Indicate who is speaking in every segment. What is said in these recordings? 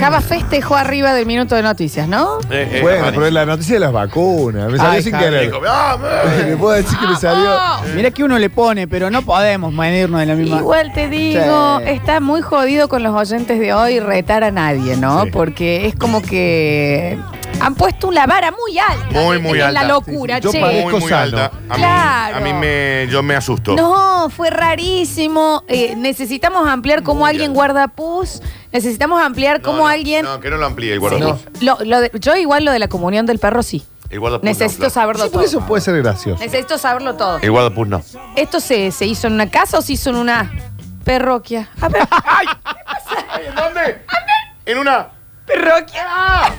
Speaker 1: Java festejó arriba del minuto de noticias, ¿no?
Speaker 2: Eh, eh,
Speaker 3: bueno,
Speaker 2: Jafari.
Speaker 3: pero la noticia de las vacunas. Me salió
Speaker 4: Ay,
Speaker 3: sin
Speaker 4: Javi.
Speaker 3: querer.
Speaker 2: Dijo, "Ah, ¡vamos!
Speaker 3: Le puedo decir que me salió.
Speaker 1: Ah,
Speaker 4: Mirá que uno le pone, pero no podemos medirnos de la misma.
Speaker 1: Igual te digo,
Speaker 4: Sí.
Speaker 1: está muy jodido con los oyentes de hoy retar a nadie, ¿no?
Speaker 2: Sí.
Speaker 1: Porque es como que han puesto la vara muy alta.
Speaker 2: Muy,
Speaker 1: de
Speaker 2: muy
Speaker 1: tener La
Speaker 2: alta.
Speaker 1: locura,
Speaker 3: Sí, sí, yo
Speaker 1: che.
Speaker 3: parezco
Speaker 2: muy, muy
Speaker 3: sano.
Speaker 2: alta. A mí,
Speaker 1: Claro.
Speaker 2: a mí me, yo me asusto.
Speaker 1: No, fue rarísimo. Eh, necesitamos ampliar cómo
Speaker 2: Muy
Speaker 1: alguien
Speaker 2: alto.
Speaker 1: guarda pus. Necesitamos ampliar
Speaker 2: No,
Speaker 1: cómo
Speaker 2: no,
Speaker 1: alguien.
Speaker 2: No, que no lo amplíe el guardapuz.
Speaker 1: Lo- lo de- yo igual lo de la comunión del perro sí.
Speaker 2: El guardapuz
Speaker 1: Necesito
Speaker 2: no, Flor.
Speaker 1: saberlo
Speaker 3: Sí,
Speaker 1: todo.
Speaker 3: porque eso puede ser gracioso.
Speaker 1: Necesito saberlo todo.
Speaker 2: El guardapuz no.
Speaker 1: ¿Esto se, se hizo en una casa o se hizo en una parroquia? A ver,
Speaker 2: Ay, ¿En dónde? En una.
Speaker 1: ¿Perroquia? Ah.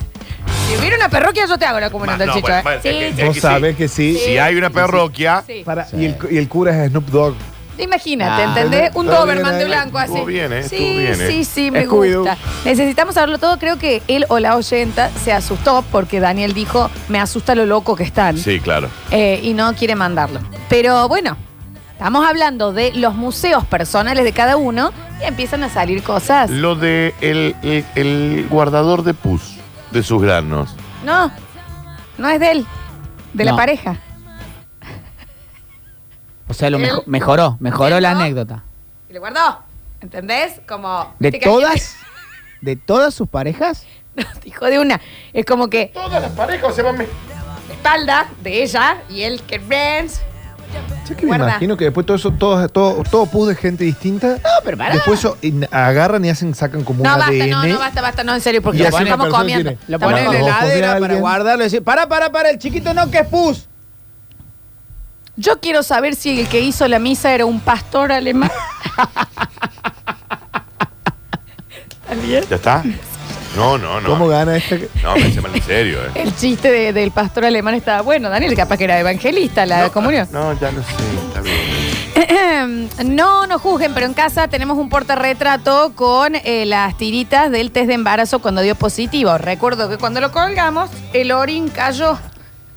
Speaker 1: Si hubiera una parroquia, yo te hago la comunión
Speaker 2: Ma-
Speaker 1: del
Speaker 2: no,
Speaker 1: chicho,
Speaker 2: bueno,
Speaker 1: ¿eh?
Speaker 2: bueno,
Speaker 1: Sí,
Speaker 2: es
Speaker 1: sí,
Speaker 2: que-
Speaker 3: Vos
Speaker 2: sí.
Speaker 3: sabés que sí.
Speaker 2: Si hay una parroquia,
Speaker 1: sí.
Speaker 3: Para- y, el, cu- y el cura es Snoop Dogg.
Speaker 1: Imagínate,
Speaker 4: Ah,
Speaker 1: ¿entendés? Un
Speaker 3: está bien,
Speaker 1: Doberman de
Speaker 3: ahí va.
Speaker 1: blanco así.
Speaker 2: Estuvo bien, ¿eh?
Speaker 1: Sí,
Speaker 2: Estuvo bien, ¿eh?
Speaker 1: sí, sí, me
Speaker 4: Scooby-Doo.
Speaker 1: gusta. Necesitamos saberlo todo. Creo que él o la oyenta se asustó porque Daniel dijo, me asusta lo loco que están.
Speaker 2: Sí, claro.
Speaker 1: Eh, y no quiere mandarlo. Pero bueno, estamos hablando de los museos personales de cada uno y empiezan a salir cosas.
Speaker 2: Lo de el, el- el guardador de pus de sus granos.
Speaker 1: No, no es de él, de la
Speaker 4: No.
Speaker 1: pareja.
Speaker 4: O sea, lo
Speaker 1: Él-
Speaker 4: mejo- mejoró, mejoró
Speaker 1: Él
Speaker 4: la
Speaker 1: no.
Speaker 4: anécdota.
Speaker 1: Y lo guardó, ¿entendés? Como...
Speaker 4: De
Speaker 1: viste que hay
Speaker 4: todas, de todas sus parejas,
Speaker 1: gente- No, dijo de una. Es como que
Speaker 2: Todas las parejas se van.
Speaker 1: espalda de ella y él que friends.
Speaker 3: Yo que me
Speaker 1: Guarda.
Speaker 3: imagino que después todo eso, todo, todo, todo pus de gente distinta.
Speaker 4: pero pará.
Speaker 3: Después eso, in- agarran y hacen, sacan como
Speaker 1: No,
Speaker 3: un
Speaker 1: basta,
Speaker 3: ADN.
Speaker 1: no, no, basta, basta, no, en serio, porque
Speaker 3: Y así
Speaker 1: estamos
Speaker 3: una persona
Speaker 1: comiendo.
Speaker 3: tiene-
Speaker 4: lo
Speaker 1: Estamos
Speaker 4: ponen en la
Speaker 3: Los ojos de
Speaker 4: heladera para
Speaker 3: alguien.
Speaker 4: guardarlo y decir, para, para, para, el chiquito no, que es pus.
Speaker 1: Yo quiero saber si el que hizo la misa era un pastor alemán.
Speaker 2: ¿Ya está? No, no, no.
Speaker 3: ¿Cómo gana este?
Speaker 2: No, me mal en serio, ¿eh?
Speaker 1: El chiste de- del pastor alemán estaba bueno. Daniel, capaz que era evangelista la comunión.
Speaker 2: No, ya lo sé. Está bien.
Speaker 1: Em, No nos juzguen, pero en casa tenemos un portarretrato con eh, las tiritas del test de embarazo cuando dio positivo. Recuerdo que cuando lo colgamos, el orín cayó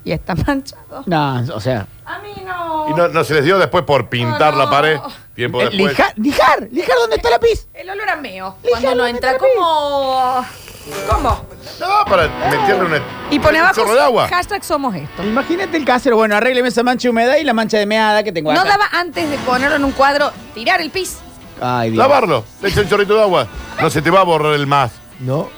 Speaker 1: y está manchado.
Speaker 4: No, o sea.
Speaker 1: A mí no.
Speaker 2: ¿Y no, no se les dio después por pintar
Speaker 1: No, no.
Speaker 2: la pared? Tiempo
Speaker 4: eh,
Speaker 2: después.
Speaker 4: Lijar, lijar, lijar, ¿dónde está la pis?
Speaker 1: El olor a meo.
Speaker 4: Lija,
Speaker 1: Cuando no
Speaker 4: no
Speaker 1: entra
Speaker 4: me
Speaker 1: como... ¿Cómo?
Speaker 2: No, para meterle una.
Speaker 1: Y pone
Speaker 2: un
Speaker 1: abajo
Speaker 2: chorro de agua.
Speaker 1: hashtag somos esto.
Speaker 4: Imagínate el casero, bueno, arrégleme esa mancha de humedad y la mancha de meada que tengo acá.
Speaker 1: No daba antes de ponerlo en un cuadro, tirar el pis.
Speaker 4: Ay, Dios.
Speaker 2: Lavarlo. Le echa un chorrito de agua. No se te va a borrar el más.
Speaker 3: No.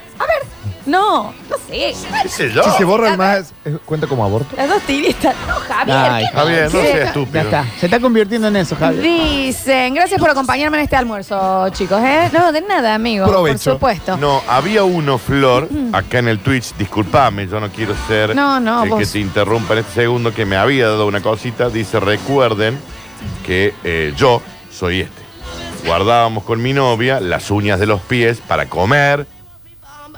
Speaker 1: No, no sé.
Speaker 2: ¿Qué sé yo?
Speaker 3: Si se borra
Speaker 1: Ah,
Speaker 3: el más, eh, ¿cuenta como aborto?
Speaker 1: Las dos tiritas. No, Javier.
Speaker 4: Ay,
Speaker 1: ¿qué
Speaker 2: Javier, no
Speaker 1: haces?
Speaker 2: seas
Speaker 4: Ya
Speaker 2: estúpido.
Speaker 4: está, se está convirtiendo en eso, Javier.
Speaker 1: Dicen, gracias por acompañarme en este almuerzo, chicos, ¿eh? No, de nada, amigo.
Speaker 3: Provecho.
Speaker 1: Por supuesto.
Speaker 2: No, había uno, Flor, acá en el Twitch, disculpame, yo Mm. no quiero ser
Speaker 1: No, no,
Speaker 2: el
Speaker 1: vos-
Speaker 2: que te interrumpa en este segundo, que me había dado una cosita, dice, recuerden que eh, yo soy este. Guardábamos con mi novia las uñas de los pies para comer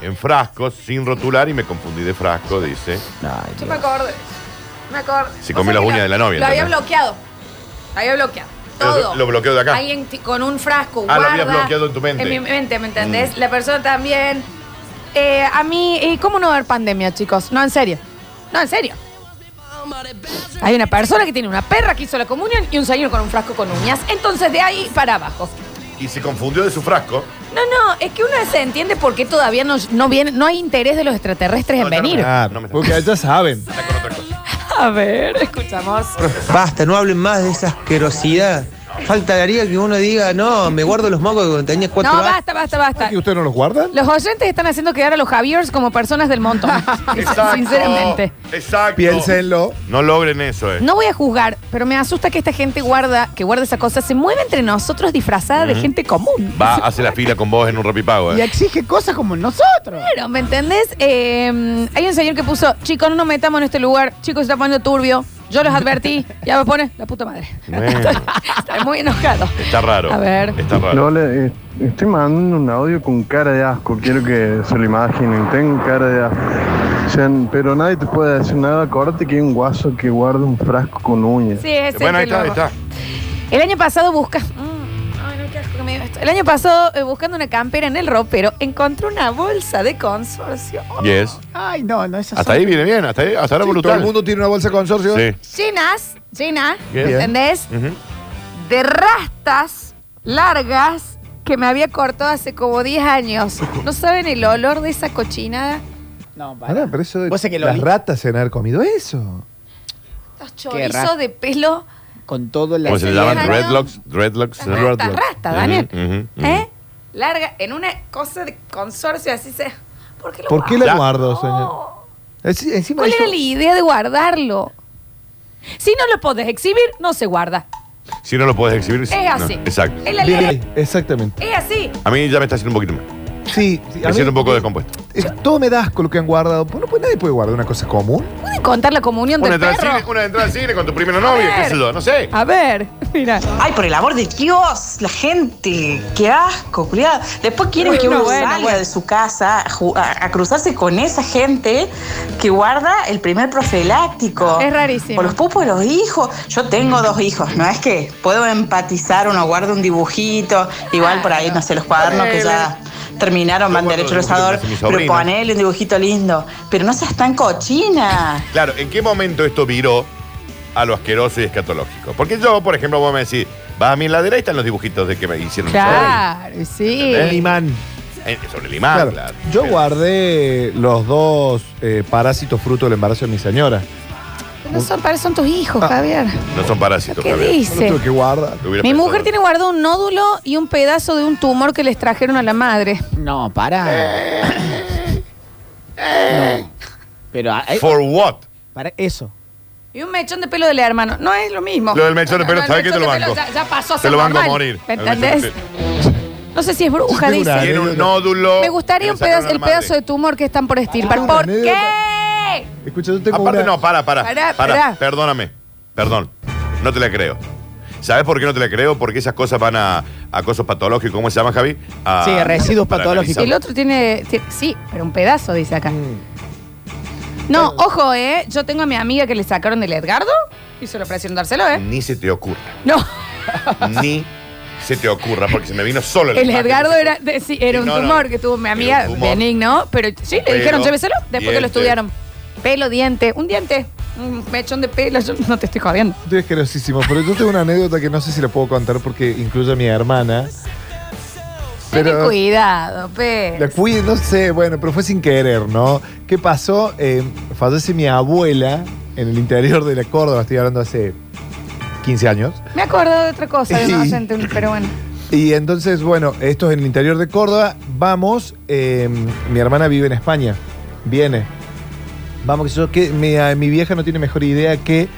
Speaker 2: en frascos sin rotular y me confundí de frasco, dice.
Speaker 4: Ay,
Speaker 1: Yo
Speaker 4: Dios.
Speaker 1: me acordé. Me acordé.
Speaker 2: Se
Speaker 1: O
Speaker 2: comió
Speaker 1: sea
Speaker 2: las
Speaker 1: que
Speaker 2: uñas
Speaker 1: lo-
Speaker 2: de la novia,
Speaker 1: Lo había
Speaker 2: ¿entendés?
Speaker 1: bloqueado. Lo había bloqueado.
Speaker 2: Pero
Speaker 1: Todo.
Speaker 2: lo bloqueo de acá.
Speaker 1: Alguien ti- con un frasco.
Speaker 2: Ah, lo
Speaker 1: guarda
Speaker 2: había bloqueado en tu mente. Mm.
Speaker 1: En mi mente, ¿me entendés? La persona también. Eh, a mí, eh, ¿cómo no va a haber pandemia, chicos? No, en serio. No, en serio. Hay una persona que tiene una perra que hizo la comunión y un señor con un frasco con uñas. Entonces, de ahí para abajo.
Speaker 2: Y se confundió de su frasco.
Speaker 1: No, no, es que uno se entiende por qué todavía no, no, viene, no hay interés de los extraterrestres
Speaker 2: No,
Speaker 1: en
Speaker 2: ya no me
Speaker 1: venir.
Speaker 2: da.
Speaker 3: Ah,
Speaker 2: No me está-
Speaker 3: porque ya saben.
Speaker 2: Está con otra cosa.
Speaker 1: A ver, escuchamos.
Speaker 5: Basta, no hablen más de esa asquerosidad. Faltaría que uno diga, no, me guardo los mocos cuando tenías cuatro
Speaker 1: No,
Speaker 5: años.
Speaker 1: basta, basta, basta.
Speaker 3: ¿Y ustedes no los guardan?
Speaker 1: Los oyentes están haciendo quedar a los Javiers como personas del montón.
Speaker 2: Exacto.
Speaker 1: Sinceramente.
Speaker 2: Exacto.
Speaker 3: Piénsenlo.
Speaker 2: No logren eso, eh.
Speaker 1: No voy a juzgar, pero me asusta que esta gente guarda, que guarda esa cosa, se mueve entre nosotros disfrazada de gente común.
Speaker 2: Va, hace la fila con vos en un repipago,
Speaker 4: Y
Speaker 2: eh.
Speaker 4: exige cosas como nosotros.
Speaker 1: Pero, ¿me entendés? Eh, hay un señor que puso, chicos, no nos metamos en este lugar, chicos, se está poniendo turbio, yo los advertí, ya me pone la puta madre. Está muy
Speaker 2: Bueno.
Speaker 1: enojado.
Speaker 2: Está raro.
Speaker 1: A ver.
Speaker 2: Está raro.
Speaker 6: Lola, eh, estoy mandando un audio con cara de asco, quiero que se lo imaginen, tengo cara de asco. O sea, n- pero nadie te puede decir nada, acuérdate que hay un guaso que guarda un frasco con uñas.
Speaker 1: Sí, es
Speaker 2: bueno, ahí
Speaker 1: el que
Speaker 2: está, ahí
Speaker 1: lo-
Speaker 2: está.
Speaker 1: El año pasado busca. Mm, ay, no, qué asco que me dio esto. El año pasado, eh, buscando una campera en el ropero, encontré una bolsa de consorcio
Speaker 2: Yes.
Speaker 4: Ay, no, no, esas
Speaker 2: Hasta
Speaker 4: son-
Speaker 2: ahí viene bien, hasta ahí, hasta ahora
Speaker 3: Sí,
Speaker 2: brutal.
Speaker 3: Todo el mundo tiene una bolsa de consorcio.
Speaker 2: Sí.
Speaker 1: llenas, llenas,
Speaker 2: Bien.
Speaker 1: ¿entendés?
Speaker 2: Ujú.
Speaker 1: De rastas largas que me había cortado hace como 10 años. ¿No saben el olor de esa cochinada?
Speaker 4: No, para.
Speaker 7: Pará, pero eso de
Speaker 4: Vos sé que lo
Speaker 7: las
Speaker 4: vi
Speaker 7: ratas se han de haber comido eso.
Speaker 1: Estos
Speaker 4: raro.
Speaker 1: chorizos de pelo.
Speaker 4: con todo el...
Speaker 2: ¿Cómo se
Speaker 1: Sí,
Speaker 2: llaman?
Speaker 1: claro.
Speaker 2: Dreadlocks. Dreadlocks.
Speaker 1: Rasta, rasta, Daniel.
Speaker 2: ujú, ujú.
Speaker 1: ¿Eh?
Speaker 7: Mm.
Speaker 1: Larga, en una cosa de consorcio así se. ¿Por qué lo
Speaker 7: ¿Por qué
Speaker 1: guardo?
Speaker 7: la guardo, señor? Es- encima
Speaker 1: ¿Cuál
Speaker 7: eso-
Speaker 1: era la idea de guardarlo? Si no lo podés exhibir, no se guarda.
Speaker 2: Si no lo puedes exhibir. sí,
Speaker 1: Es
Speaker 2: no.
Speaker 1: así.
Speaker 2: Exacto.
Speaker 1: Es la
Speaker 7: Bien
Speaker 1: ley.
Speaker 7: ahí, exactamente.
Speaker 1: Es así.
Speaker 2: A mí ya me está haciendo un poquito mal.
Speaker 7: Sí, sí, a
Speaker 2: Me
Speaker 7: mí-
Speaker 2: siento un poco descompuesto.
Speaker 7: es- todo me da asco lo que han guardado. No puede- nadie puede guardar una cosa común.
Speaker 1: ¿Pueden contar la comunión
Speaker 2: Una
Speaker 1: del
Speaker 2: entrada, al
Speaker 1: perro?
Speaker 2: cine, una entrada al cine con tu primera
Speaker 1: A
Speaker 2: novia,
Speaker 1: ver.
Speaker 2: qué sé yo, no sé.
Speaker 1: A ver, mira.
Speaker 8: Ay, por el amor de Dios, la gente, qué asco, cuidado. Después quieren que
Speaker 1: No,
Speaker 8: uno
Speaker 1: bueno,
Speaker 8: salga
Speaker 1: bueno.
Speaker 8: de su casa a, ju- a- a cruzarse con esa gente que guarda el primer profiláctico.
Speaker 1: Es rarísimo.
Speaker 8: Oh, Por los pupos de los hijos. Yo tengo dos hijos, ¿no es que puedo empatizar? Uno guarda un dibujito, igual por ahí, no sé, los cuadernos que ya terminaron,
Speaker 2: Yo
Speaker 8: van
Speaker 2: guardo
Speaker 8: derecho al
Speaker 2: los dibujitos que
Speaker 8: usador,
Speaker 2: hacen mis
Speaker 8: pero
Speaker 2: sobrinos.
Speaker 8: ponele un dibujito lindo. Pero no seas tan cochina.
Speaker 2: Claro, ¿en qué momento esto viró a lo asqueroso y escatológico? Porque yo, por ejemplo, vos me decís, vas a mi heladera y están los dibujitos de que me hicieron
Speaker 1: Claro, sí.
Speaker 2: ¿Entendés?
Speaker 7: imán.
Speaker 2: sobre, eh, sobre el imán.
Speaker 7: Claro.
Speaker 2: claro.
Speaker 7: Yo
Speaker 2: Pero-
Speaker 7: guardé los dos eh, parásitos fruto del embarazo de mi señora.
Speaker 1: No son, para- son tus hijos,
Speaker 2: Ah.
Speaker 1: Javier.
Speaker 2: No son parásitos,
Speaker 1: ¿Qué
Speaker 2: Javier.
Speaker 7: No lo
Speaker 1: dice?
Speaker 7: tuve que guardar.
Speaker 2: Lo hubiera
Speaker 1: Mi
Speaker 2: pensado.
Speaker 1: mujer tiene guardado un nódulo y un pedazo de un tumor que les trajeron a la madre.
Speaker 4: No,
Speaker 1: Eh,
Speaker 4: para. No. Pero ah, eh,
Speaker 2: ¿For what?
Speaker 4: para eso.
Speaker 1: Y un mechón de pelo del hermano. No es lo mismo.
Speaker 2: Lo del mechón de pelo,
Speaker 1: el
Speaker 2: ¿sabes qué? Te lo
Speaker 1: mechón de
Speaker 2: banco.
Speaker 1: pelo Ya, ya pasó a
Speaker 2: Te
Speaker 1: ser
Speaker 2: lo banco a
Speaker 1: normal.
Speaker 2: morir.
Speaker 1: ¿Me
Speaker 2: El mechón de
Speaker 1: entendés? No sé si es bruja,
Speaker 7: Tengo una
Speaker 1: dice.
Speaker 2: Tiene un nódulo.
Speaker 1: Me gustaría
Speaker 2: que
Speaker 1: un
Speaker 2: le sacaron
Speaker 1: pedazo,
Speaker 2: a la
Speaker 1: el
Speaker 2: madre.
Speaker 1: pedazo de tumor que están por estirpar.
Speaker 7: Ah,
Speaker 1: ¿Por
Speaker 7: una
Speaker 1: qué?
Speaker 7: Escucha, yo tengo
Speaker 2: Aparte,
Speaker 7: una-
Speaker 2: no, para, para,
Speaker 1: Pará,
Speaker 2: para.
Speaker 1: pará.
Speaker 2: Perdóname. Perdón. No te la creo. ¿Sabes por qué no te la creo? Porque esas cosas van a, a cosas patológicas. ¿Cómo se llama, Javi? A-
Speaker 4: Sí, residuos
Speaker 2: para
Speaker 4: patológicos.
Speaker 1: El
Speaker 2: analizar.
Speaker 1: otro tiene, ti- Sí, pero un pedazo, dice acá.
Speaker 2: Mm.
Speaker 1: No, ojo, ¿eh? Yo tengo a mi amiga que le sacaron del Edgardo y se lo ofrecieron dárselo, ¿eh?
Speaker 2: Ni se te ocurra.
Speaker 1: No,
Speaker 2: Ni se te ocurra, porque se me vino solo
Speaker 1: el
Speaker 2: imagen.
Speaker 1: Edgardo era, de- sí, era un
Speaker 2: No, no.
Speaker 1: tumor que tuvo mi amiga
Speaker 2: Era un tumor.
Speaker 1: benigno, pero sí, le
Speaker 2: Pelo,
Speaker 1: dijeron lléveselo después que lo
Speaker 2: diente.
Speaker 1: estudiaron. Pelo, diente, un diente, un mechón de pelo, yo no te estoy jodiendo.
Speaker 7: Estoy asquerosísimo, pero yo tengo una anécdota que no sé si la puedo contar porque incluye a mi hermana.
Speaker 1: Ten
Speaker 7: Pero-
Speaker 1: cuidado, pe.
Speaker 7: La fui, no sé, bueno, pero fue sin querer, ¿no? ¿Qué pasó? Eh, fallece mi abuela en el interior de la Córdoba, estoy hablando hace 15 años.
Speaker 1: Me acuerdo de otra cosa, de
Speaker 7: Sí.
Speaker 1: inocente, pero bueno.
Speaker 7: Y entonces, bueno, esto es en el interior de Córdoba. Vamos, eh, mi hermana vive en España. Viene. Vamos, que yo, que mi, a- mi vieja no tiene mejor idea que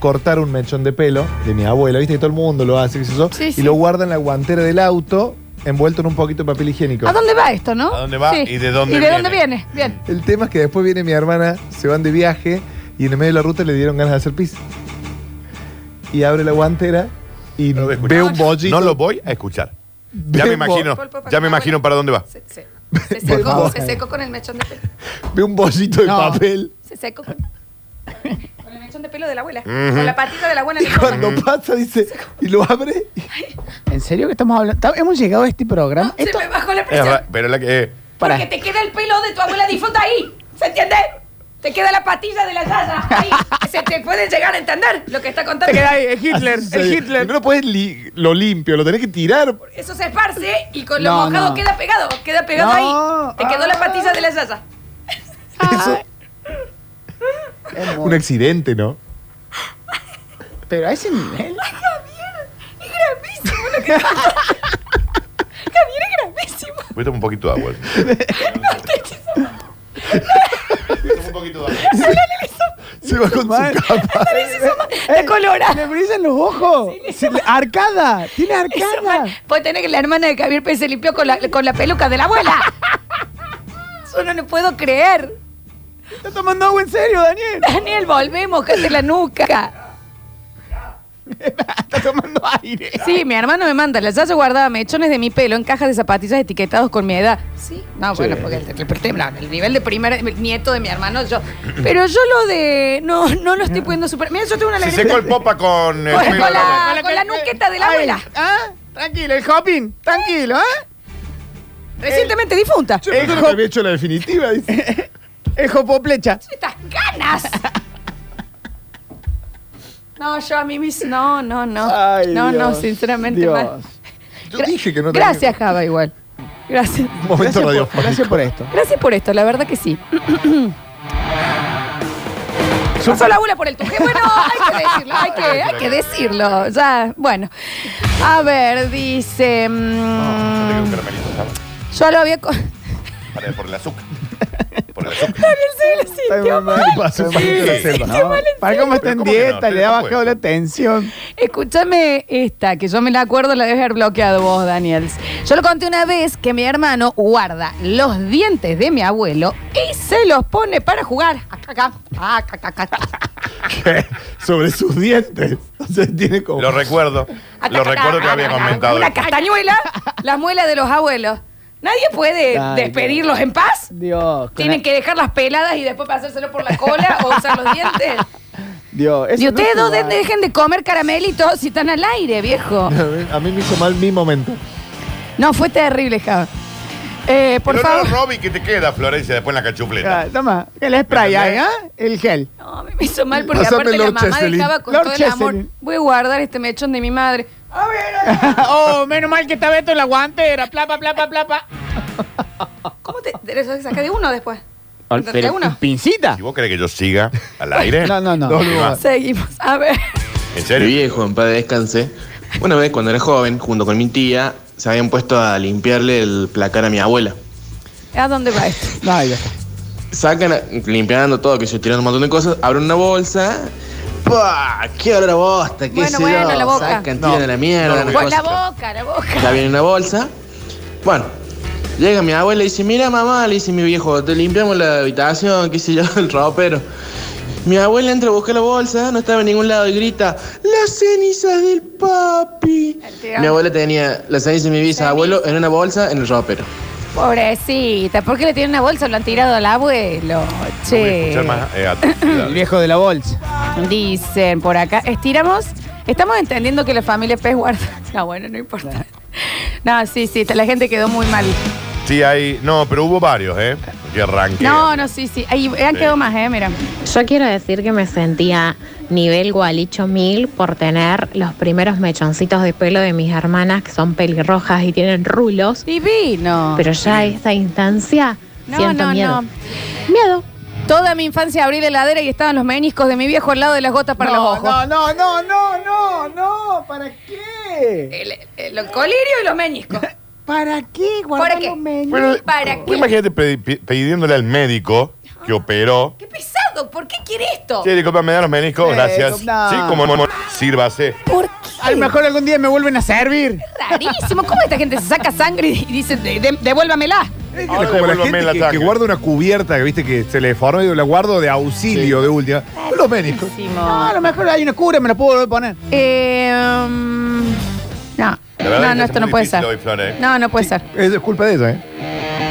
Speaker 7: cortar un mechón de pelo de mi abuela. Viste que todo el mundo lo hace, qué sé yo.
Speaker 1: Sí,
Speaker 7: y
Speaker 1: sí.
Speaker 7: lo guarda en la guantera del auto, envuelto en un poquito de papel higiénico.
Speaker 1: ¿A dónde va esto, no?
Speaker 2: ¿A dónde va y de dónde
Speaker 1: ¿Y de
Speaker 2: viene?
Speaker 1: dónde viene? Bien.
Speaker 7: El tema es que después viene mi hermana, se van de viaje y en el medio de la ruta le dieron ganas de hacer pis. Y abre la guantera y
Speaker 2: No lo voy a
Speaker 7: ve
Speaker 2: escuchar.
Speaker 7: un bollito.
Speaker 2: No lo voy a escuchar. Ya
Speaker 7: Ve
Speaker 2: me
Speaker 7: un bo-
Speaker 2: imagino, ya me imagino para dónde va.
Speaker 1: Se, se- se
Speaker 7: Por
Speaker 1: secó,
Speaker 7: favor.
Speaker 1: se secó con el mechón de pelo.
Speaker 7: Ve un bollito de
Speaker 4: No.
Speaker 7: papel.
Speaker 1: Se secó con, con el mechón de pelo de la abuela.
Speaker 2: Ujú.
Speaker 1: Con la patita de la abuela.
Speaker 7: Y cuando
Speaker 3: Mm.
Speaker 7: pasa, dice, y lo abre. y-
Speaker 4: ¿En serio que estamos hablando? Ta- Hemos llegado a este
Speaker 1: No,
Speaker 4: programa.
Speaker 1: se
Speaker 4: Esto-
Speaker 1: me bajó la
Speaker 2: Es
Speaker 1: presión.
Speaker 2: ra- pero la que. eh,
Speaker 1: porque
Speaker 4: Pará.
Speaker 1: te queda el pelo de tu abuela difunta ahí. ¿Se entiende? Te queda la patilla de la yaya ahí. Se te puede llegar a entender lo que está contando.
Speaker 4: Hitler,
Speaker 7: así sucede. Y No lo puedes li- lo limpio, lo tenés que tirar.
Speaker 1: Eso se esparce y con lo
Speaker 4: No,
Speaker 1: mojado
Speaker 4: no.
Speaker 1: queda pegado. Queda pegado
Speaker 4: No.
Speaker 1: ahí. Te quedó la patilla de la yaya.
Speaker 7: Eso,
Speaker 4: Ah,
Speaker 7: un accidente, ¿no?
Speaker 4: Pero a ese nivel.
Speaker 1: Es gravísimo lo que pasa. Javier, es gravísimo.
Speaker 2: Voy a tomar un poquito de agua. un poquito de agua.
Speaker 7: Se va con
Speaker 4: Mal.
Speaker 7: su capa.
Speaker 1: Te colora.
Speaker 4: Le brillan los ojos. Se le- arcada. Tiene arcada.
Speaker 1: Puede tener que la hermana de Javier Pérez se limpió con la, con la peluca de la abuela. Eso no lo puedo creer.
Speaker 4: Está tomando agua en serio, Daniel.
Speaker 1: Daniel, volvemos, cate la nuca.
Speaker 4: Está tomando aire.
Speaker 1: Sí, mi hermano me manda. La Yayo guardaba mechones de mi pelo en cajas de zapatillas etiquetados con mi edad. Sí, no, bueno, porque el, el- el- el nivel de primer el nieto de mi hermano, yo. Pero yo lo de. No, no lo estoy pudiendo superar. Mira, yo tengo una
Speaker 2: Se
Speaker 1: alegría.
Speaker 2: secó el popa con. eh, el
Speaker 1: Con-
Speaker 2: pelo
Speaker 1: con
Speaker 2: de abuela.
Speaker 1: la- con la nuqueta de la
Speaker 4: Ay,
Speaker 1: abuela.
Speaker 4: ¿Ah? Tranquilo, el hopping. Tranquilo, ¿eh?
Speaker 1: Recientemente difunta.
Speaker 7: Yo pensé que me había hecho la definitiva. dice.
Speaker 4: El hopoplecha.
Speaker 1: estas ganas. No, yo a mí mismo. No, no, no.
Speaker 4: Ay,
Speaker 1: no, no,
Speaker 4: Dios.
Speaker 1: sinceramente
Speaker 4: Dios.
Speaker 1: mal.
Speaker 3: Yo dije que no tenía-
Speaker 1: Gracias, Java, igual. Gracias.
Speaker 3: Un momento
Speaker 4: Gracias por,
Speaker 3: radiofónico.
Speaker 4: gracias por esto.
Speaker 1: Gracias por esto, la verdad que sí. Pasó la bula por el tuje. Bueno, hay que decirlo, hay que, hay que decirlo. Ya, bueno. A ver, dice. mm,
Speaker 2: Yo le digo caramelito, está mal.
Speaker 1: yo lo había. co-
Speaker 2: Para- Por el azúcar. Por el azúcar.
Speaker 1: Daniel se lo sintió mal.
Speaker 3: Pasó un
Speaker 4: Sí,
Speaker 3: momento
Speaker 4: sí,
Speaker 3: reserva.
Speaker 4: no, Para cómo está
Speaker 2: Pero
Speaker 4: en
Speaker 2: ¿cómo que no?
Speaker 4: dieta,
Speaker 2: Pero
Speaker 4: le ha
Speaker 2: no
Speaker 4: bajado
Speaker 2: puede.
Speaker 4: la tensión.
Speaker 1: Escúchame esta, que yo me la acuerdo, la debes haber bloqueado vos, Daniel. Yo lo conté una vez que mi hermano guarda los dientes de mi abuelo y se los pone para jugar. Acá, acá, acá, acá, acá.
Speaker 3: Sobre sus dientes. O sea, tiene como.
Speaker 2: Lo recuerdo.
Speaker 1: Acá,
Speaker 2: Lo
Speaker 1: acá,
Speaker 2: recuerdo que
Speaker 1: acá,
Speaker 2: había
Speaker 1: acá,
Speaker 2: comentado.
Speaker 1: Una castañuela, las muelas de los abuelos. Nadie puede
Speaker 4: Ay,
Speaker 1: despedirlos en paz.
Speaker 4: Dios. con
Speaker 1: Tienen
Speaker 4: la-
Speaker 1: que dejarlas peladas y después pasárselo por la cola o usar los dientes.
Speaker 4: Dios. eso
Speaker 1: Y
Speaker 4: no
Speaker 1: ustedes
Speaker 4: se
Speaker 1: dos de-
Speaker 4: va.
Speaker 1: dejen de comer caramelitos si están al aire, viejo.
Speaker 3: A mí- A mí me hizo mal mi momento.
Speaker 1: No, fue terrible, Java. Eh, por
Speaker 2: Pero no,
Speaker 1: favor.
Speaker 2: Robbie, que te queda, Florencia, después en la
Speaker 4: Ah,
Speaker 2: cachufleta.
Speaker 4: Toma, el spray ahí,
Speaker 2: ¿Entendés?
Speaker 4: ¿ah? El gel.
Speaker 1: No, me me hizo mal porque
Speaker 3: Pásame
Speaker 1: aparte la
Speaker 3: Lord
Speaker 1: mamá
Speaker 3: Chesterlin.
Speaker 1: dejaba con
Speaker 4: Lord
Speaker 1: todo el amor.
Speaker 4: Chesterlin.
Speaker 1: Voy a guardar este mechón de mi madre.
Speaker 4: oh, menos mal que está Beto en la guantera. Plapa, plapa, plapa.
Speaker 1: ¿Cómo te, te sacas de uno después?
Speaker 4: Ah,
Speaker 1: ¿De uno?
Speaker 4: ¿Pincita?
Speaker 2: Si vos querés que yo siga al aire.
Speaker 4: No, no, no.
Speaker 2: ahí va.
Speaker 1: Seguimos. A ver.
Speaker 2: ¿En
Speaker 9: Mi
Speaker 2: serio?
Speaker 9: viejo, en paz descanse, una vez cuando era joven, junto con mi tía, se habían puesto a limpiarle el placar a mi abuela.
Speaker 1: ¿A dónde va esto?
Speaker 4: No, ya está.
Speaker 9: Sacan, a- limpiando todo, que se tiran un montón de cosas, abren una bolsa. ¡Pah! ¡Qué olor a bosta! ¿Qué
Speaker 1: Bueno,
Speaker 9: sé
Speaker 1: bueno,
Speaker 9: yo?
Speaker 1: la boca.
Speaker 9: Sacan, tiran a la mierda. una
Speaker 1: Bueno,
Speaker 9: cosa
Speaker 1: la
Speaker 9: otra.
Speaker 1: boca, la boca.
Speaker 9: Ya viene una bolsa. Bueno, llega mi abuela y dice, mira mamá, le dice mi viejo, te limpiamos la habitación, qué sé yo, el ropero. Mi abuela entra a buscar la bolsa, no estaba en ningún lado y grita, las cenizas del papi.
Speaker 1: El tío.
Speaker 9: Mi abuela tenía las cenizas de mi bisabuelo en una bolsa en el ropero.
Speaker 1: Pobrecita, ¿por qué le tienen una bolsa? Lo han tirado al abuelo.
Speaker 2: Voy a
Speaker 1: Che.
Speaker 2: escuchar más, eh, a-
Speaker 4: El viejo de la bolsa.
Speaker 1: Dicen por acá. Estiramos. Estamos entendiendo que la familia Pez guarda. No, bueno, no importa. No, sí, sí, la gente quedó muy mal.
Speaker 2: Sí, hay. No, pero hubo varios, ¿eh? Que arranqué.
Speaker 1: No, no, sí, sí. Ahí han
Speaker 2: Sí.
Speaker 1: quedado más, ¿eh? Mira.
Speaker 10: Yo quiero decir que me sentía nivel gualicho mil por tener los primeros mechoncitos de pelo de mis hermanas que son pelirrojas y tienen rulos,
Speaker 1: Divino.
Speaker 10: pero ya a esta instancia
Speaker 1: No,
Speaker 10: siento
Speaker 1: no,
Speaker 10: miedo.
Speaker 1: no.
Speaker 10: Miedo.
Speaker 1: Toda mi infancia abrí la heladera y estaban los meniscos de mi viejo al lado de las gotas para los
Speaker 4: no,
Speaker 1: ojos.
Speaker 4: no, no, no, no, no, no. ¿Para qué?
Speaker 1: El, el- el colirio y los meniscos.
Speaker 4: ¿Para qué? guardar
Speaker 1: ¿Para qué?
Speaker 4: los menús?
Speaker 2: Pero-
Speaker 1: ¿Para
Speaker 2: vos
Speaker 1: qué?
Speaker 2: Imagínate pedi- pi- pidiéndole al médico que operó.
Speaker 1: ¡Qué pesado! ¿Por qué quiere esto?
Speaker 2: Sí, disculpa, me dan los meniscos,
Speaker 4: Eh,
Speaker 2: gracias.
Speaker 4: no.
Speaker 2: Sí, como no, sírvase.
Speaker 1: ¿Por qué?
Speaker 4: A lo mejor algún día me vuelven a servir.
Speaker 1: Rarísimo. ¿Cómo esta gente se saca sangre y dice, "De- de- devuélvamela?
Speaker 3: Es
Speaker 2: Ahora
Speaker 3: como la
Speaker 2: devuélvame
Speaker 3: gente
Speaker 2: el
Speaker 3: que,
Speaker 2: ataque.
Speaker 3: que guarda una cubierta, que viste que se le deforma y la guardo de auxilio de última. Los médicos.
Speaker 1: Ah,
Speaker 4: No, a lo mejor hay una cura, me la puedo volver a poner.
Speaker 1: Eh, um, no,
Speaker 2: La verdad
Speaker 1: no,
Speaker 2: es que
Speaker 1: no,
Speaker 2: es
Speaker 1: esto no
Speaker 2: muy
Speaker 1: puede
Speaker 2: difícil
Speaker 1: ser.
Speaker 2: hoy, Flor, ¿eh?
Speaker 1: No, no puede ser.
Speaker 3: Es culpa de ella, ¿eh?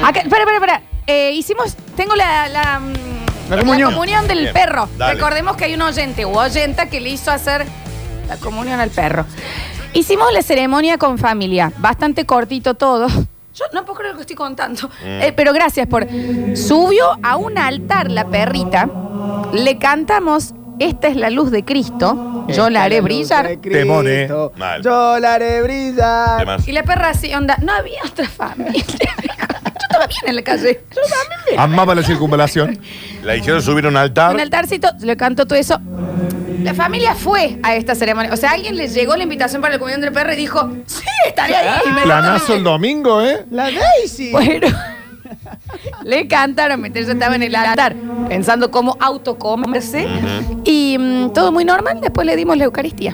Speaker 1: Acá- espera, espera, espera. Eh, hicimos, tengo la, la, mm,
Speaker 4: La comunión.
Speaker 1: del
Speaker 2: Bien,
Speaker 1: perro.
Speaker 2: dale.
Speaker 1: Recordemos que hay un oyente u oyenta que le hizo hacer la comunión al perro. Hicimos la ceremonia con familia, bastante cortito todo. Yo no puedo creer lo que estoy contando. Eh, pero gracias por... Subió a un altar la perrita, le cantamos Esta es la luz de Cristo, yo la haré brillar.
Speaker 3: Temón, eh.
Speaker 2: Mal.
Speaker 4: Yo la haré brillar.
Speaker 2: Además,
Speaker 1: Y la perra así, onda, no había otra familia. Yo estaba bien en la calle. Yo también bien.
Speaker 3: Amaba la circunvalación.
Speaker 2: la hicieron subir a un altar.
Speaker 1: Un altarcito, le canto todo eso. La familia fue a esta ceremonia. O sea, alguien les llegó la invitación para el comunión del perro y dijo, sí, estaré
Speaker 2: Ah.
Speaker 1: ahí. Y me lo
Speaker 3: Planazo el
Speaker 1: tomaron.
Speaker 3: domingo, ¿eh?
Speaker 4: La Daisy.
Speaker 1: Bueno, le cantaron, meterse estaba en el altar, pensando cómo autocomerse. Y mm, todo muy normal, después le dimos la Eucaristía.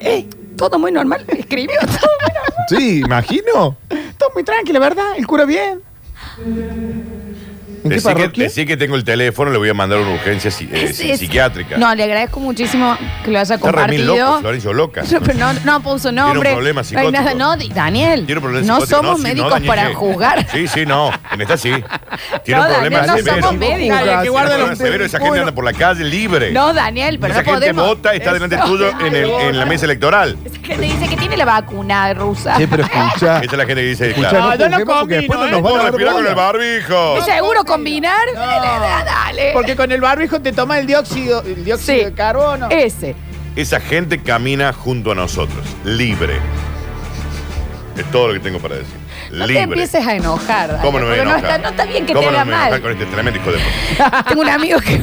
Speaker 1: Eh, todo muy normal, escribió todo muy normal.
Speaker 3: Sí, imagino.
Speaker 4: Todo muy tranquilo, ¿verdad? El cura bien.
Speaker 3: ¿En qué
Speaker 2: Decí que,
Speaker 3: parroquia?
Speaker 2: decí que tengo el teléfono, le voy a mandar una urgencia si- eh,
Speaker 1: Es-
Speaker 2: si-
Speaker 1: es-
Speaker 2: psiquiátrica.
Speaker 1: No, le agradezco muchísimo que lo haya
Speaker 2: Está re mil
Speaker 1: compartido.
Speaker 2: loco, Florencio, loca.
Speaker 1: No, pero no, no puso nombre.
Speaker 2: problema
Speaker 1: no hay nada,
Speaker 2: psicótico.
Speaker 1: no, di- Daniel.
Speaker 2: Tiene problemas
Speaker 1: no
Speaker 2: psicóticos,
Speaker 1: somos
Speaker 2: sí,
Speaker 1: médicos
Speaker 2: Daniel,
Speaker 1: para
Speaker 2: sí.
Speaker 1: juzgar.
Speaker 2: Sí, sí, no. En esta sí. Tiene
Speaker 1: No,
Speaker 2: un problema
Speaker 1: Daniel, no
Speaker 2: severo.
Speaker 1: somos médicos.
Speaker 2: Tiene un
Speaker 4: Que guarda
Speaker 2: problema
Speaker 4: los
Speaker 2: severo. Esa gente
Speaker 4: bueno.
Speaker 2: anda por la calle libre.
Speaker 1: No, Daniel, pero
Speaker 2: Esa
Speaker 1: no
Speaker 2: gente
Speaker 1: podemos.
Speaker 2: vota y está delante
Speaker 1: Eso.
Speaker 2: tuyo en, el- en la mesa electoral.
Speaker 1: Esa gente dice que tiene la vacuna rusa.
Speaker 3: Sí, pero
Speaker 1: Ah.
Speaker 3: escucha.
Speaker 2: Esa es la gente que dice,
Speaker 3: Escucha,
Speaker 2: claro.
Speaker 4: No, yo no
Speaker 3: juzguemos porque después
Speaker 4: combino,
Speaker 3: no nos
Speaker 2: Vos
Speaker 3: van a dar
Speaker 2: respirá eh, con el
Speaker 3: bola.
Speaker 2: barbijo.
Speaker 1: ¿Es seguro combinar? Dale, dale.
Speaker 4: Eh, Porque con el barbijo te toma el dióxido, el dióxido
Speaker 1: Sí. Eh,
Speaker 4: de carbono.
Speaker 1: Ese.
Speaker 2: Esa gente camina junto a nosotros, libre. Es todo lo que tengo para decir.
Speaker 1: No te
Speaker 2: Libre.
Speaker 1: empieces a enojar. Dani,
Speaker 2: ¿Cómo no me voy a
Speaker 1: porque
Speaker 2: enojar?
Speaker 1: está, no está bien que te
Speaker 2: ¿Cómo
Speaker 1: haga
Speaker 2: no me voy a enojar
Speaker 1: mal.
Speaker 2: con este tremendo hijo de puta?
Speaker 1: Tengo un amigo que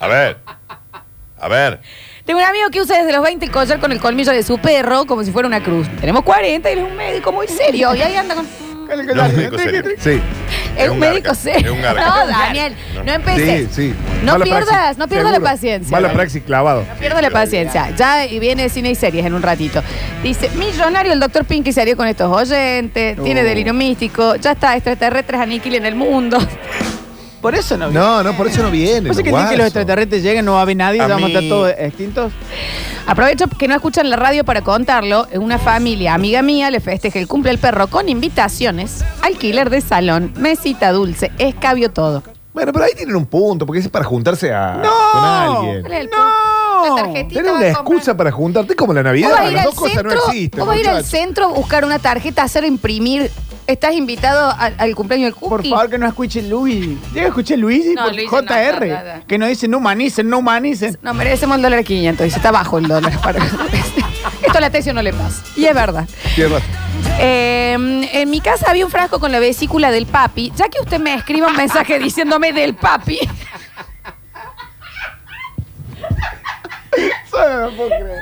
Speaker 2: A ver. A ver.
Speaker 1: tengo un amigo que usa desde los 20 el collar con el colmillo de su perro como si fuera una cruz. Tenemos 40 y él es un médico muy serio. Y ahí anda con.
Speaker 2: No, un médico serio.
Speaker 7: Sí.
Speaker 1: Es un médico
Speaker 2: garca,
Speaker 1: serio.
Speaker 2: es un garca.
Speaker 1: No, Daniel, no
Speaker 7: Sí,
Speaker 1: empieces.
Speaker 7: sí.
Speaker 1: No
Speaker 7: Mala
Speaker 1: pierdas,
Speaker 7: praxis,
Speaker 1: no pierdas la
Speaker 7: seguro.
Speaker 1: paciencia.
Speaker 7: Mala praxis clavado.
Speaker 1: Pierdo la paciencia. Ya y viene cine y series en un ratito. Dice, millonario el doctor Pinky salió con estos oyentes,
Speaker 7: Oh.
Speaker 1: tiene delirio místico, ya está, extraterrestres aniquilen el mundo.
Speaker 4: Por eso no.
Speaker 7: No, no, por eso no viene.
Speaker 4: Pues es que el día que los extraterrestres lleguen no va a haber nadie,
Speaker 2: A
Speaker 4: ya vamos a
Speaker 2: mí-
Speaker 4: estar todos extintos.
Speaker 1: Aprovecho que no escuchan la radio para contarlo. Una familia, amiga mía, le festeja el cumple del perro con invitaciones, alquiler de salón, mesita dulce, escabio todo.
Speaker 7: Bueno, pero ahí tienen un punto, porque es para juntarse a, con alguien.
Speaker 1: ¿Cuál es el
Speaker 4: ¡No!
Speaker 1: punto? La tarjetita
Speaker 7: Tenés
Speaker 1: va
Speaker 7: una
Speaker 1: a comprar.
Speaker 7: excusa para juntarte es como la Navidad.
Speaker 1: Vos vas a ir
Speaker 7: Las
Speaker 1: al
Speaker 7: dos cosas no
Speaker 1: centro-
Speaker 7: existen.
Speaker 1: vos vas a ir al
Speaker 7: muchachos.
Speaker 1: centro a buscar una tarjeta, hacer imprimir. Estás invitado al, al cumpleaños del
Speaker 4: Por
Speaker 1: cookie.
Speaker 4: favor, que no escuche Luis. Llega a escuchar Luigi
Speaker 1: No,
Speaker 4: por
Speaker 1: Luigi, no,
Speaker 4: JR.
Speaker 1: no, no, no.
Speaker 4: Que nos dice no humanicen, no humanicen.
Speaker 1: No, merecemos el dólar 500. Dice, está bajo el dólar. Para... Esto a la tesio no le pasa. Y es verdad.
Speaker 7: Tienes razón.
Speaker 1: Eh, en mi casa había un frasco con la vesícula del papi. Ya que usted me escriba un mensaje diciéndome del papi,
Speaker 4: Eso no lo puedo creer.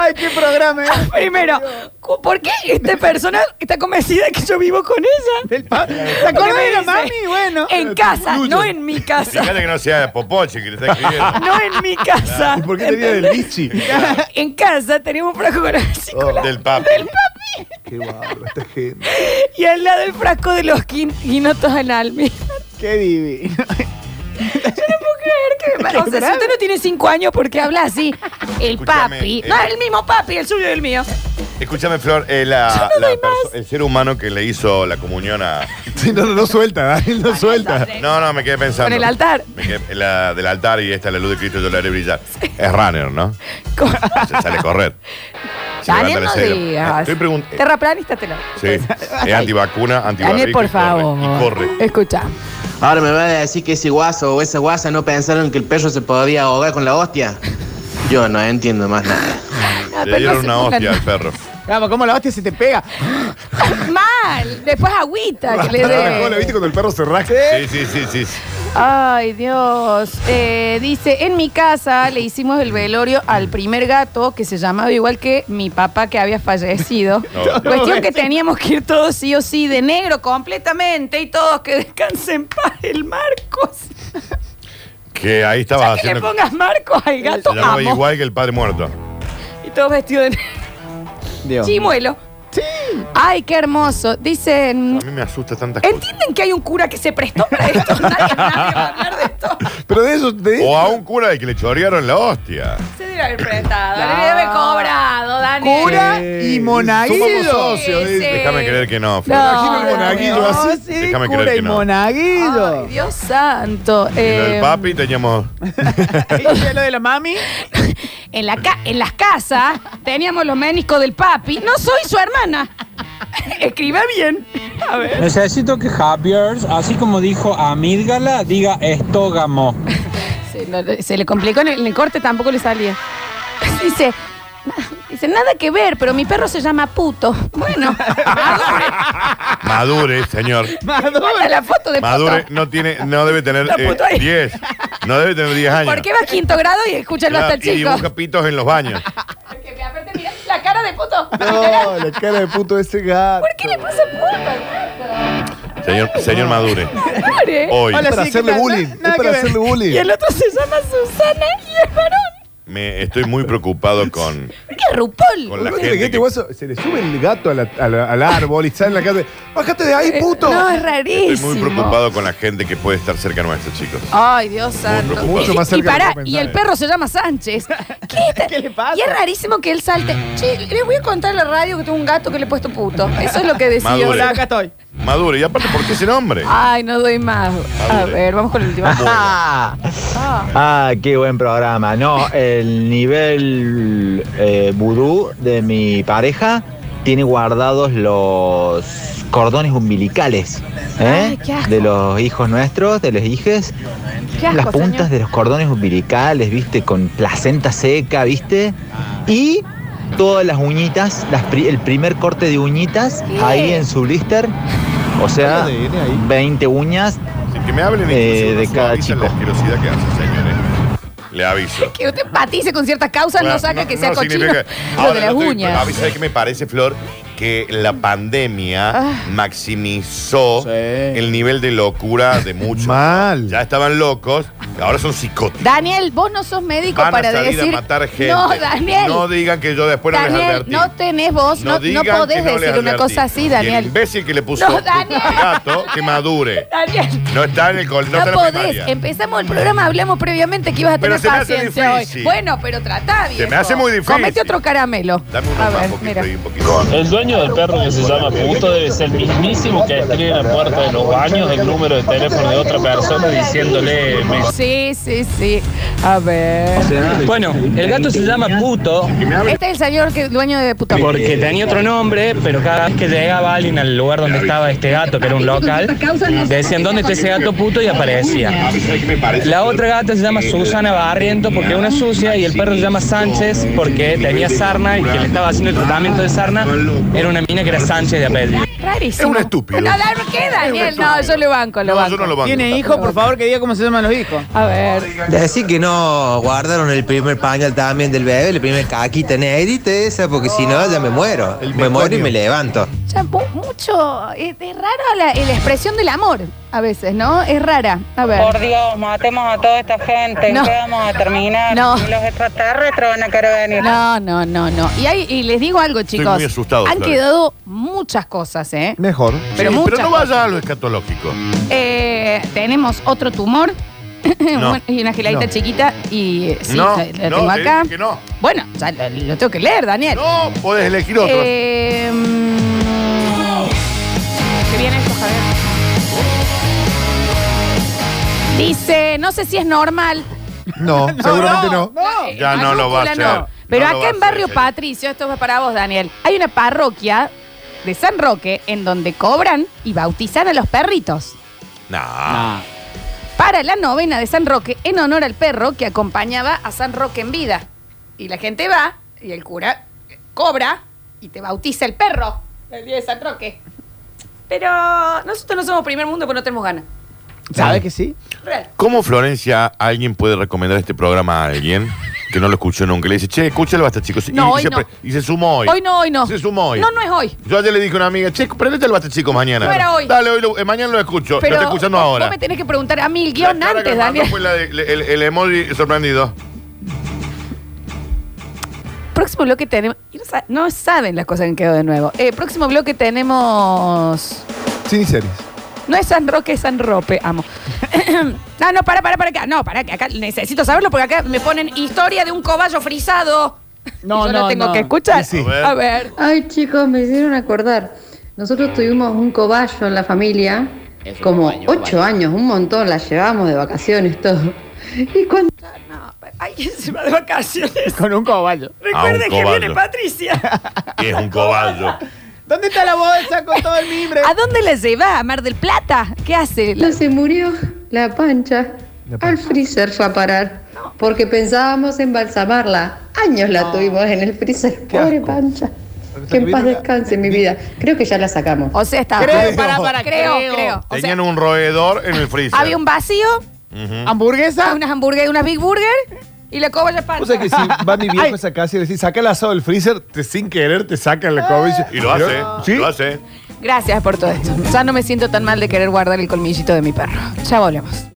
Speaker 4: Ay, qué programa ¿eh? es.
Speaker 1: primero, cu- ¿por qué esta persona está convencida que yo vivo con ella?
Speaker 4: Del pa- ¿Te
Speaker 1: Porque
Speaker 4: acordás
Speaker 1: me
Speaker 4: de la
Speaker 1: dice,
Speaker 4: mami? Bueno.
Speaker 1: En casa, no en mi casa.
Speaker 2: Fíjate que no sea Popoche que te está escribiendo.
Speaker 1: No en mi casa.
Speaker 7: ¿Y por qué tenía del
Speaker 1: ¿entendés?
Speaker 7: bichi?
Speaker 1: En casa teníamos un frasco con la vesícula.
Speaker 2: Del papi.
Speaker 7: Qué bárbaro esta gente.
Speaker 1: Y al lado el frasco de los quin- quinotos analmi.
Speaker 4: Qué divino.
Speaker 1: creer que me- O sea, si usted no tiene cinco años, ¿por qué habla así? El
Speaker 2: Escúchame,
Speaker 1: papi.
Speaker 2: eh.
Speaker 1: No, el mismo papi, el suyo y el mío.
Speaker 2: Escúchame, Flor, eh, la,
Speaker 1: Yo no
Speaker 2: la
Speaker 1: doy
Speaker 2: perso-
Speaker 1: más.
Speaker 2: el ser humano que le hizo la comunión a.
Speaker 7: Sí, no, no, no suelta, Daniel, no suelta.
Speaker 2: No, no, me quedé pensando.
Speaker 1: Con el altar.
Speaker 2: Me quedé- la del altar y esta, la luz de Cristo, yo la haré brillar. Es runner, ¿no?
Speaker 1: Co-
Speaker 2: Se sale a correr. Se
Speaker 1: Daniel, no
Speaker 2: levanta la cera.
Speaker 1: digas.
Speaker 2: Estoy preguntando.
Speaker 1: Terraplanista te lo.
Speaker 2: Sí, es antivacuna, antibarriga.
Speaker 1: Daniel, por
Speaker 2: y corre,
Speaker 1: favor.
Speaker 2: Y corre.
Speaker 1: Escucha.
Speaker 9: Ahora me va a decir que ese guaso o esa guasa no pensaron que el perro se podía ahogar con la hostia. Yo no entiendo más nada.
Speaker 1: No, Ah, pero
Speaker 2: Le dieron
Speaker 1: no se
Speaker 2: una
Speaker 1: pongan-
Speaker 2: hostia al perro.
Speaker 4: Vamos, ¿cómo la hostia se te pega?
Speaker 1: Mal. Después agüita que le
Speaker 7: Ah, ¿cómo la
Speaker 1: dé.
Speaker 7: viste cuando el perro se rasca?
Speaker 2: Sí, sí, sí, sí. sí.
Speaker 1: Ay, Dios. Eh, dice, en mi casa le hicimos el velorio al primer gato que se llamaba igual que mi papá que había fallecido.
Speaker 2: No.
Speaker 1: Cuestión que teníamos que ir todos sí o sí de negro completamente y todos que descansen en paz el Marcos.
Speaker 2: Que ahí
Speaker 1: Ya
Speaker 2: estabas
Speaker 1: que le
Speaker 2: haciendo.
Speaker 1: pongas Marcos al
Speaker 2: Ah, Se
Speaker 1: gato
Speaker 2: llamaba
Speaker 1: amo.
Speaker 2: igual que el padre muerto.
Speaker 1: Y todos vestidos de
Speaker 4: Dios.
Speaker 1: chimuelo. Sí. Ay, qué hermoso. Dicen,
Speaker 2: A mí me asusta tantas cosas.
Speaker 1: ¿entienden que hay un cura que se prestó para esto? Nadie, nadie va a hablar de esto.
Speaker 7: Pero de eso te
Speaker 2: O a un cura al que le chorearon la hostia.
Speaker 1: Se debe haber prestado, le debe haber cobrado, Daniel.
Speaker 4: Cura y
Speaker 7: Somos
Speaker 4: monaguillo.
Speaker 7: socios,
Speaker 1: Sí,
Speaker 7: dice.
Speaker 1: sí.
Speaker 2: Déjame creer que no, Flor.
Speaker 7: Imagino el
Speaker 1: No,
Speaker 7: monaguillo
Speaker 1: no.
Speaker 7: así.
Speaker 4: No, sí,
Speaker 2: Déjame
Speaker 4: cura
Speaker 2: creer
Speaker 4: y
Speaker 2: que no.
Speaker 1: Ay,
Speaker 4: monaguillo.
Speaker 1: Dios santo.
Speaker 2: Y lo
Speaker 1: Eh,
Speaker 2: del papi teníamos.
Speaker 4: ¿Y ya lo de la mami?
Speaker 1: en, la ca- en las casas teníamos los meniscos del papi. No soy su hermana. Escribe bien. A ver.
Speaker 11: Necesito que Javier, así como dijo Amígdala, diga estógamo.
Speaker 1: Se, no, se le complicó en el, en el corte, tampoco le salía. Dice, na- dice, nada que ver, pero mi perro se llama puto. Bueno, madure.
Speaker 2: Madure, señor.
Speaker 1: Guarda la foto de
Speaker 2: Madure
Speaker 1: puto.
Speaker 2: no tiene, no debe tener
Speaker 1: Está
Speaker 2: eh,
Speaker 1: puto ahí.
Speaker 2: 10. no debe tener 10 años.
Speaker 1: ¿Por qué va a quinto grado y escucha el
Speaker 2: Claro,
Speaker 1: basta
Speaker 2: Y
Speaker 1: chico?
Speaker 2: dibuja pitos en los baños.
Speaker 1: Porque aparte, mira la cara de puto. Oh,
Speaker 7: No, la cara de puto de ese gato.
Speaker 1: ¿Por qué le puso puto?
Speaker 2: Señor, señor Madure.
Speaker 1: Madure.
Speaker 2: Hoy
Speaker 4: Hola,
Speaker 7: Para
Speaker 4: sí,
Speaker 7: hacerle
Speaker 4: ¿qué tal?
Speaker 7: bullying.
Speaker 4: Nada
Speaker 7: es
Speaker 4: que
Speaker 7: para
Speaker 4: ver.
Speaker 7: hacerle
Speaker 1: Y
Speaker 7: bullying.
Speaker 1: el otro se llama Susana y es varón.
Speaker 2: me estoy muy preocupado con.
Speaker 1: ¿Qué Rupol?
Speaker 2: Con la gente
Speaker 7: Imagínate que este
Speaker 2: que-
Speaker 7: guaso se le sube el gato a la- a la- al árbol y sale en la calle. ¡Bájate de ahí, puto!
Speaker 1: Eh, No, es rarísimo.
Speaker 2: Estoy muy preocupado con la gente que puede estar cerca nuestra, chicos.
Speaker 1: Ay, Dios santo.
Speaker 2: preocupado. Mucho
Speaker 7: más
Speaker 1: y
Speaker 7: cerca de
Speaker 1: pará,
Speaker 7: lo que
Speaker 1: y el
Speaker 7: pensaba.
Speaker 1: perro se llama Sánchez. ¿Qué, está-
Speaker 4: ¿Qué le pasa?
Speaker 1: Y es rarísimo que él salte. Che, les voy a contar en la radio que tengo un gato que le he puesto puto. Eso es lo que decía.
Speaker 2: Madure.
Speaker 4: Hola, acá estoy.
Speaker 2: Madure, y aparte, ¿por qué ese nombre?
Speaker 1: Ay, no doy más. A
Speaker 2: Madure.
Speaker 1: ver, vamos con el último.
Speaker 11: Ah, ah, qué buen programa. No, el nivel eh, vudú de mi pareja tiene guardados los cordones umbilicales ¿eh?
Speaker 1: Ay, qué asco.
Speaker 11: de los hijos nuestros, de los hijes.
Speaker 1: Qué asco,
Speaker 11: las puntas
Speaker 1: señor.
Speaker 11: de los cordones umbilicales, viste, con placenta seca, viste. Y
Speaker 12: todas las uñitas, las pri- el primer corte de uñitas ahí en su blister. O sea, 20 uñas
Speaker 2: que me hablen
Speaker 12: eh,
Speaker 2: incluso
Speaker 12: de
Speaker 2: no
Speaker 12: cada
Speaker 2: suavizan
Speaker 12: chico.
Speaker 2: la asquerosidad que hacen, señores. Le aviso.
Speaker 1: Que usted patice con ciertas causas
Speaker 2: Claro,
Speaker 1: no saca que
Speaker 2: no
Speaker 1: sea cochino
Speaker 2: significa-
Speaker 1: lo
Speaker 2: Ahora,
Speaker 1: de
Speaker 2: no
Speaker 1: las
Speaker 2: estoy- A
Speaker 1: uñas.
Speaker 2: mí, ¿sabes qué me parece, Flor? Que la pandemia
Speaker 1: Ah.
Speaker 2: maximizó el nivel de locura de muchos.
Speaker 7: Mal.
Speaker 2: Ya estaban locos, ahora son psicóticos.
Speaker 1: Daniel, vos no sos médico
Speaker 2: Van
Speaker 1: para
Speaker 2: a salir
Speaker 1: decir.
Speaker 2: a matar gente.
Speaker 1: No, Daniel.
Speaker 2: No digan que yo después no les
Speaker 1: Daniel,
Speaker 2: advertí.
Speaker 1: no tenés voz, no, no
Speaker 2: digan
Speaker 1: podés
Speaker 2: que no les
Speaker 1: decir una
Speaker 2: advertí.
Speaker 1: cosa así,
Speaker 2: Y el
Speaker 1: Daniel.
Speaker 2: imbécil que le puso
Speaker 1: No, Daniel.
Speaker 2: gato, que madure.
Speaker 1: Daniel.
Speaker 2: No está en el col, no,
Speaker 1: No,
Speaker 2: está en la
Speaker 1: podés.
Speaker 2: primaria.
Speaker 1: Empezamos el programa, hablamos previamente que ibas a
Speaker 2: Pero
Speaker 1: tener
Speaker 2: se me hace
Speaker 1: paciencia hoy.
Speaker 2: difícil.
Speaker 1: Bueno, pero tratá bien.
Speaker 2: Se me hace muy difícil.
Speaker 1: Comete otro caramelo.
Speaker 2: Dame uno
Speaker 1: a
Speaker 2: más,
Speaker 1: ver,
Speaker 2: porque
Speaker 1: mira.
Speaker 2: estoy un poquito.
Speaker 11: El dueño del perro que se llama Puto debe ser el mismísimo que escribe en la puerta de los baños el número de teléfono de otra persona diciéndole "Me
Speaker 1: Sí, sí, sí. A ver.
Speaker 11: Bueno, el gato se llama Puto
Speaker 1: Este es el señor que dueño de puto.
Speaker 11: porque tenía otro nombre, pero cada vez que llegaba alguien al lugar donde estaba este gato, que era un local, decían dónde está ese gato puto y aparecía. La otra gata se
Speaker 2: Eh,
Speaker 11: llama Susana Barriento porque es una sucia y el perro se llama Sánchez porque tenía sarna y que le estaba haciendo el tratamiento de sarna era una mina que era Sánchez de apellido.
Speaker 1: Rarísimo.
Speaker 11: Es un estúpido.
Speaker 1: No, Daniel, ¿qué, Daniel? No, yo lo banco, lo banco.
Speaker 4: ¿Tiene hijos? Por favor, que diga cómo se llaman los hijos.
Speaker 1: A ver.
Speaker 9: Decir que no guardaron el primer pañal también del bebé, el primer caquita negrita esa, porque si no ya me muero. Me muero y me levanto.
Speaker 1: Ya, mu- mucho. eh, Es, es raro la, la expresión del amor a veces, ¿no? Es rara. A ver.
Speaker 13: Por Dios, matemos a toda esta gente.
Speaker 1: No.
Speaker 13: ¿En qué vamos a terminar?
Speaker 1: No.
Speaker 13: Los extraterrestres van a querer venir.
Speaker 1: No, no, no, no. Y, hay- y les digo algo, chicos.
Speaker 2: muy asustado,
Speaker 1: Han
Speaker 2: Flor.
Speaker 1: quedado muchas cosas, ¿eh?
Speaker 7: Mejor.
Speaker 1: Pero
Speaker 2: Sí,
Speaker 1: muchas
Speaker 2: no vaya a lo escatológico.
Speaker 1: Eh, tenemos otro tumor.
Speaker 2: No.
Speaker 1: y una giladita
Speaker 2: No.
Speaker 1: chiquita. Y eh, sí,
Speaker 2: No,
Speaker 1: la, la
Speaker 2: no,
Speaker 1: tengo
Speaker 2: te
Speaker 1: acá.
Speaker 2: dije que no.
Speaker 1: Bueno, ya lo, lo tengo que leer, Daniel.
Speaker 2: No, podés elegir otro.
Speaker 1: Eh, mm, que viene esto, Javier. Dice, no sé si es normal.
Speaker 7: No, seguramente no.
Speaker 1: Eh,
Speaker 2: Ya no lo va a
Speaker 1: mayúscula
Speaker 2: hacer.
Speaker 1: no. Pero
Speaker 2: No lo va
Speaker 1: acá
Speaker 2: a
Speaker 1: en Barrio
Speaker 2: hacer.
Speaker 1: Patricio, esto es para vos, Daniel, hay una parroquia de San Roque en donde cobran y bautizan a los perritos.
Speaker 2: Nah.
Speaker 4: Ah.
Speaker 1: Para la novena de San Roque en honor al perro que acompañaba a San Roque en vida. Y la gente va y el cura eh, cobra y te bautiza el perro el día de San Roque. Pero nosotros no somos primer mundo porque no tenemos ganas.
Speaker 4: ¿Sabes que sí?
Speaker 2: ¿Cómo Florencia alguien puede recomendar este programa a alguien que no lo escuchó nunca? Le dice, che, escúchalo basta, chicos.
Speaker 1: No, hoy
Speaker 2: se,
Speaker 1: no.
Speaker 2: pre- y se sumó hoy.
Speaker 1: Hoy no, hoy no.
Speaker 2: Se sumó hoy.
Speaker 1: No, no es hoy.
Speaker 2: Yo ayer le dije a una amiga, che, prendete el basta, chicos, mañana.
Speaker 1: No era hoy.
Speaker 2: Dale, hoy lo- eh, mañana lo escucho. lo estoy escuchando
Speaker 1: vos-
Speaker 2: ahora.
Speaker 1: Vos me tenés que preguntar a mí el guión
Speaker 2: Ahora que
Speaker 1: antes,
Speaker 2: me mandó
Speaker 1: Daniel.
Speaker 2: fue la de- le- el, el emoji sorprendido.
Speaker 1: Próximo bloque tenemos. y No, sa- no saben las cosas que quedó de nuevo. Eh, próximo bloque tenemos.
Speaker 7: Sin series.
Speaker 1: No es San Roque, es San Rope, amo. no, no, para, para, para acá. No, para que acá necesito saberlo porque acá me ponen historia de un cobayo frisado. No, Yo no,
Speaker 4: no,
Speaker 1: tengo
Speaker 4: no.
Speaker 1: que escuchar.
Speaker 4: Sí, sí.
Speaker 1: A ver.
Speaker 8: Ay, chicos, me hicieron acordar. Nosotros tuvimos un cobayo en la familia, como ocho años, un montón, la llevamos de vacaciones, todo. Y cuando.
Speaker 1: Alguien se va de vacaciones.
Speaker 4: Con un coballo.
Speaker 2: Recuerde que cobayo. viene
Speaker 1: Patricia.
Speaker 2: Que es un coballo.
Speaker 4: ¿Dónde está la bolsa con todo el mimbre?
Speaker 1: ¿A dónde les lleva? ¿A Mar del Plata? ¿Qué hace?
Speaker 8: No se murió la pancha. Al freezer fue a parar. Porque pensábamos embalsamarla. Años la tuvimos en el freezer. Pobre pancha. Que en paz descanse, mi vida. Creo que ya la sacamos.
Speaker 1: O sea, está.
Speaker 4: Creo, pará, pará,
Speaker 1: creo.
Speaker 4: creo.
Speaker 1: creo. O sea,
Speaker 2: Tenían un roedor en el freezer.
Speaker 1: había un vacío,
Speaker 2: Ujú.
Speaker 4: ¿Hamburguesa?
Speaker 1: unas hamburguesas, unas Big Burger y la cobaya pancha.
Speaker 7: O sea que si va mi viejo a esa casa y le dice, saca el asado del freezer, te, sin querer te sacan
Speaker 8: Ah.
Speaker 7: la cobilla.
Speaker 2: Y lo hace, lo hace.
Speaker 1: Gracias por todo esto. Ya no me siento tan mal de querer guardar el colmillito de mi perro. Ya volvemos.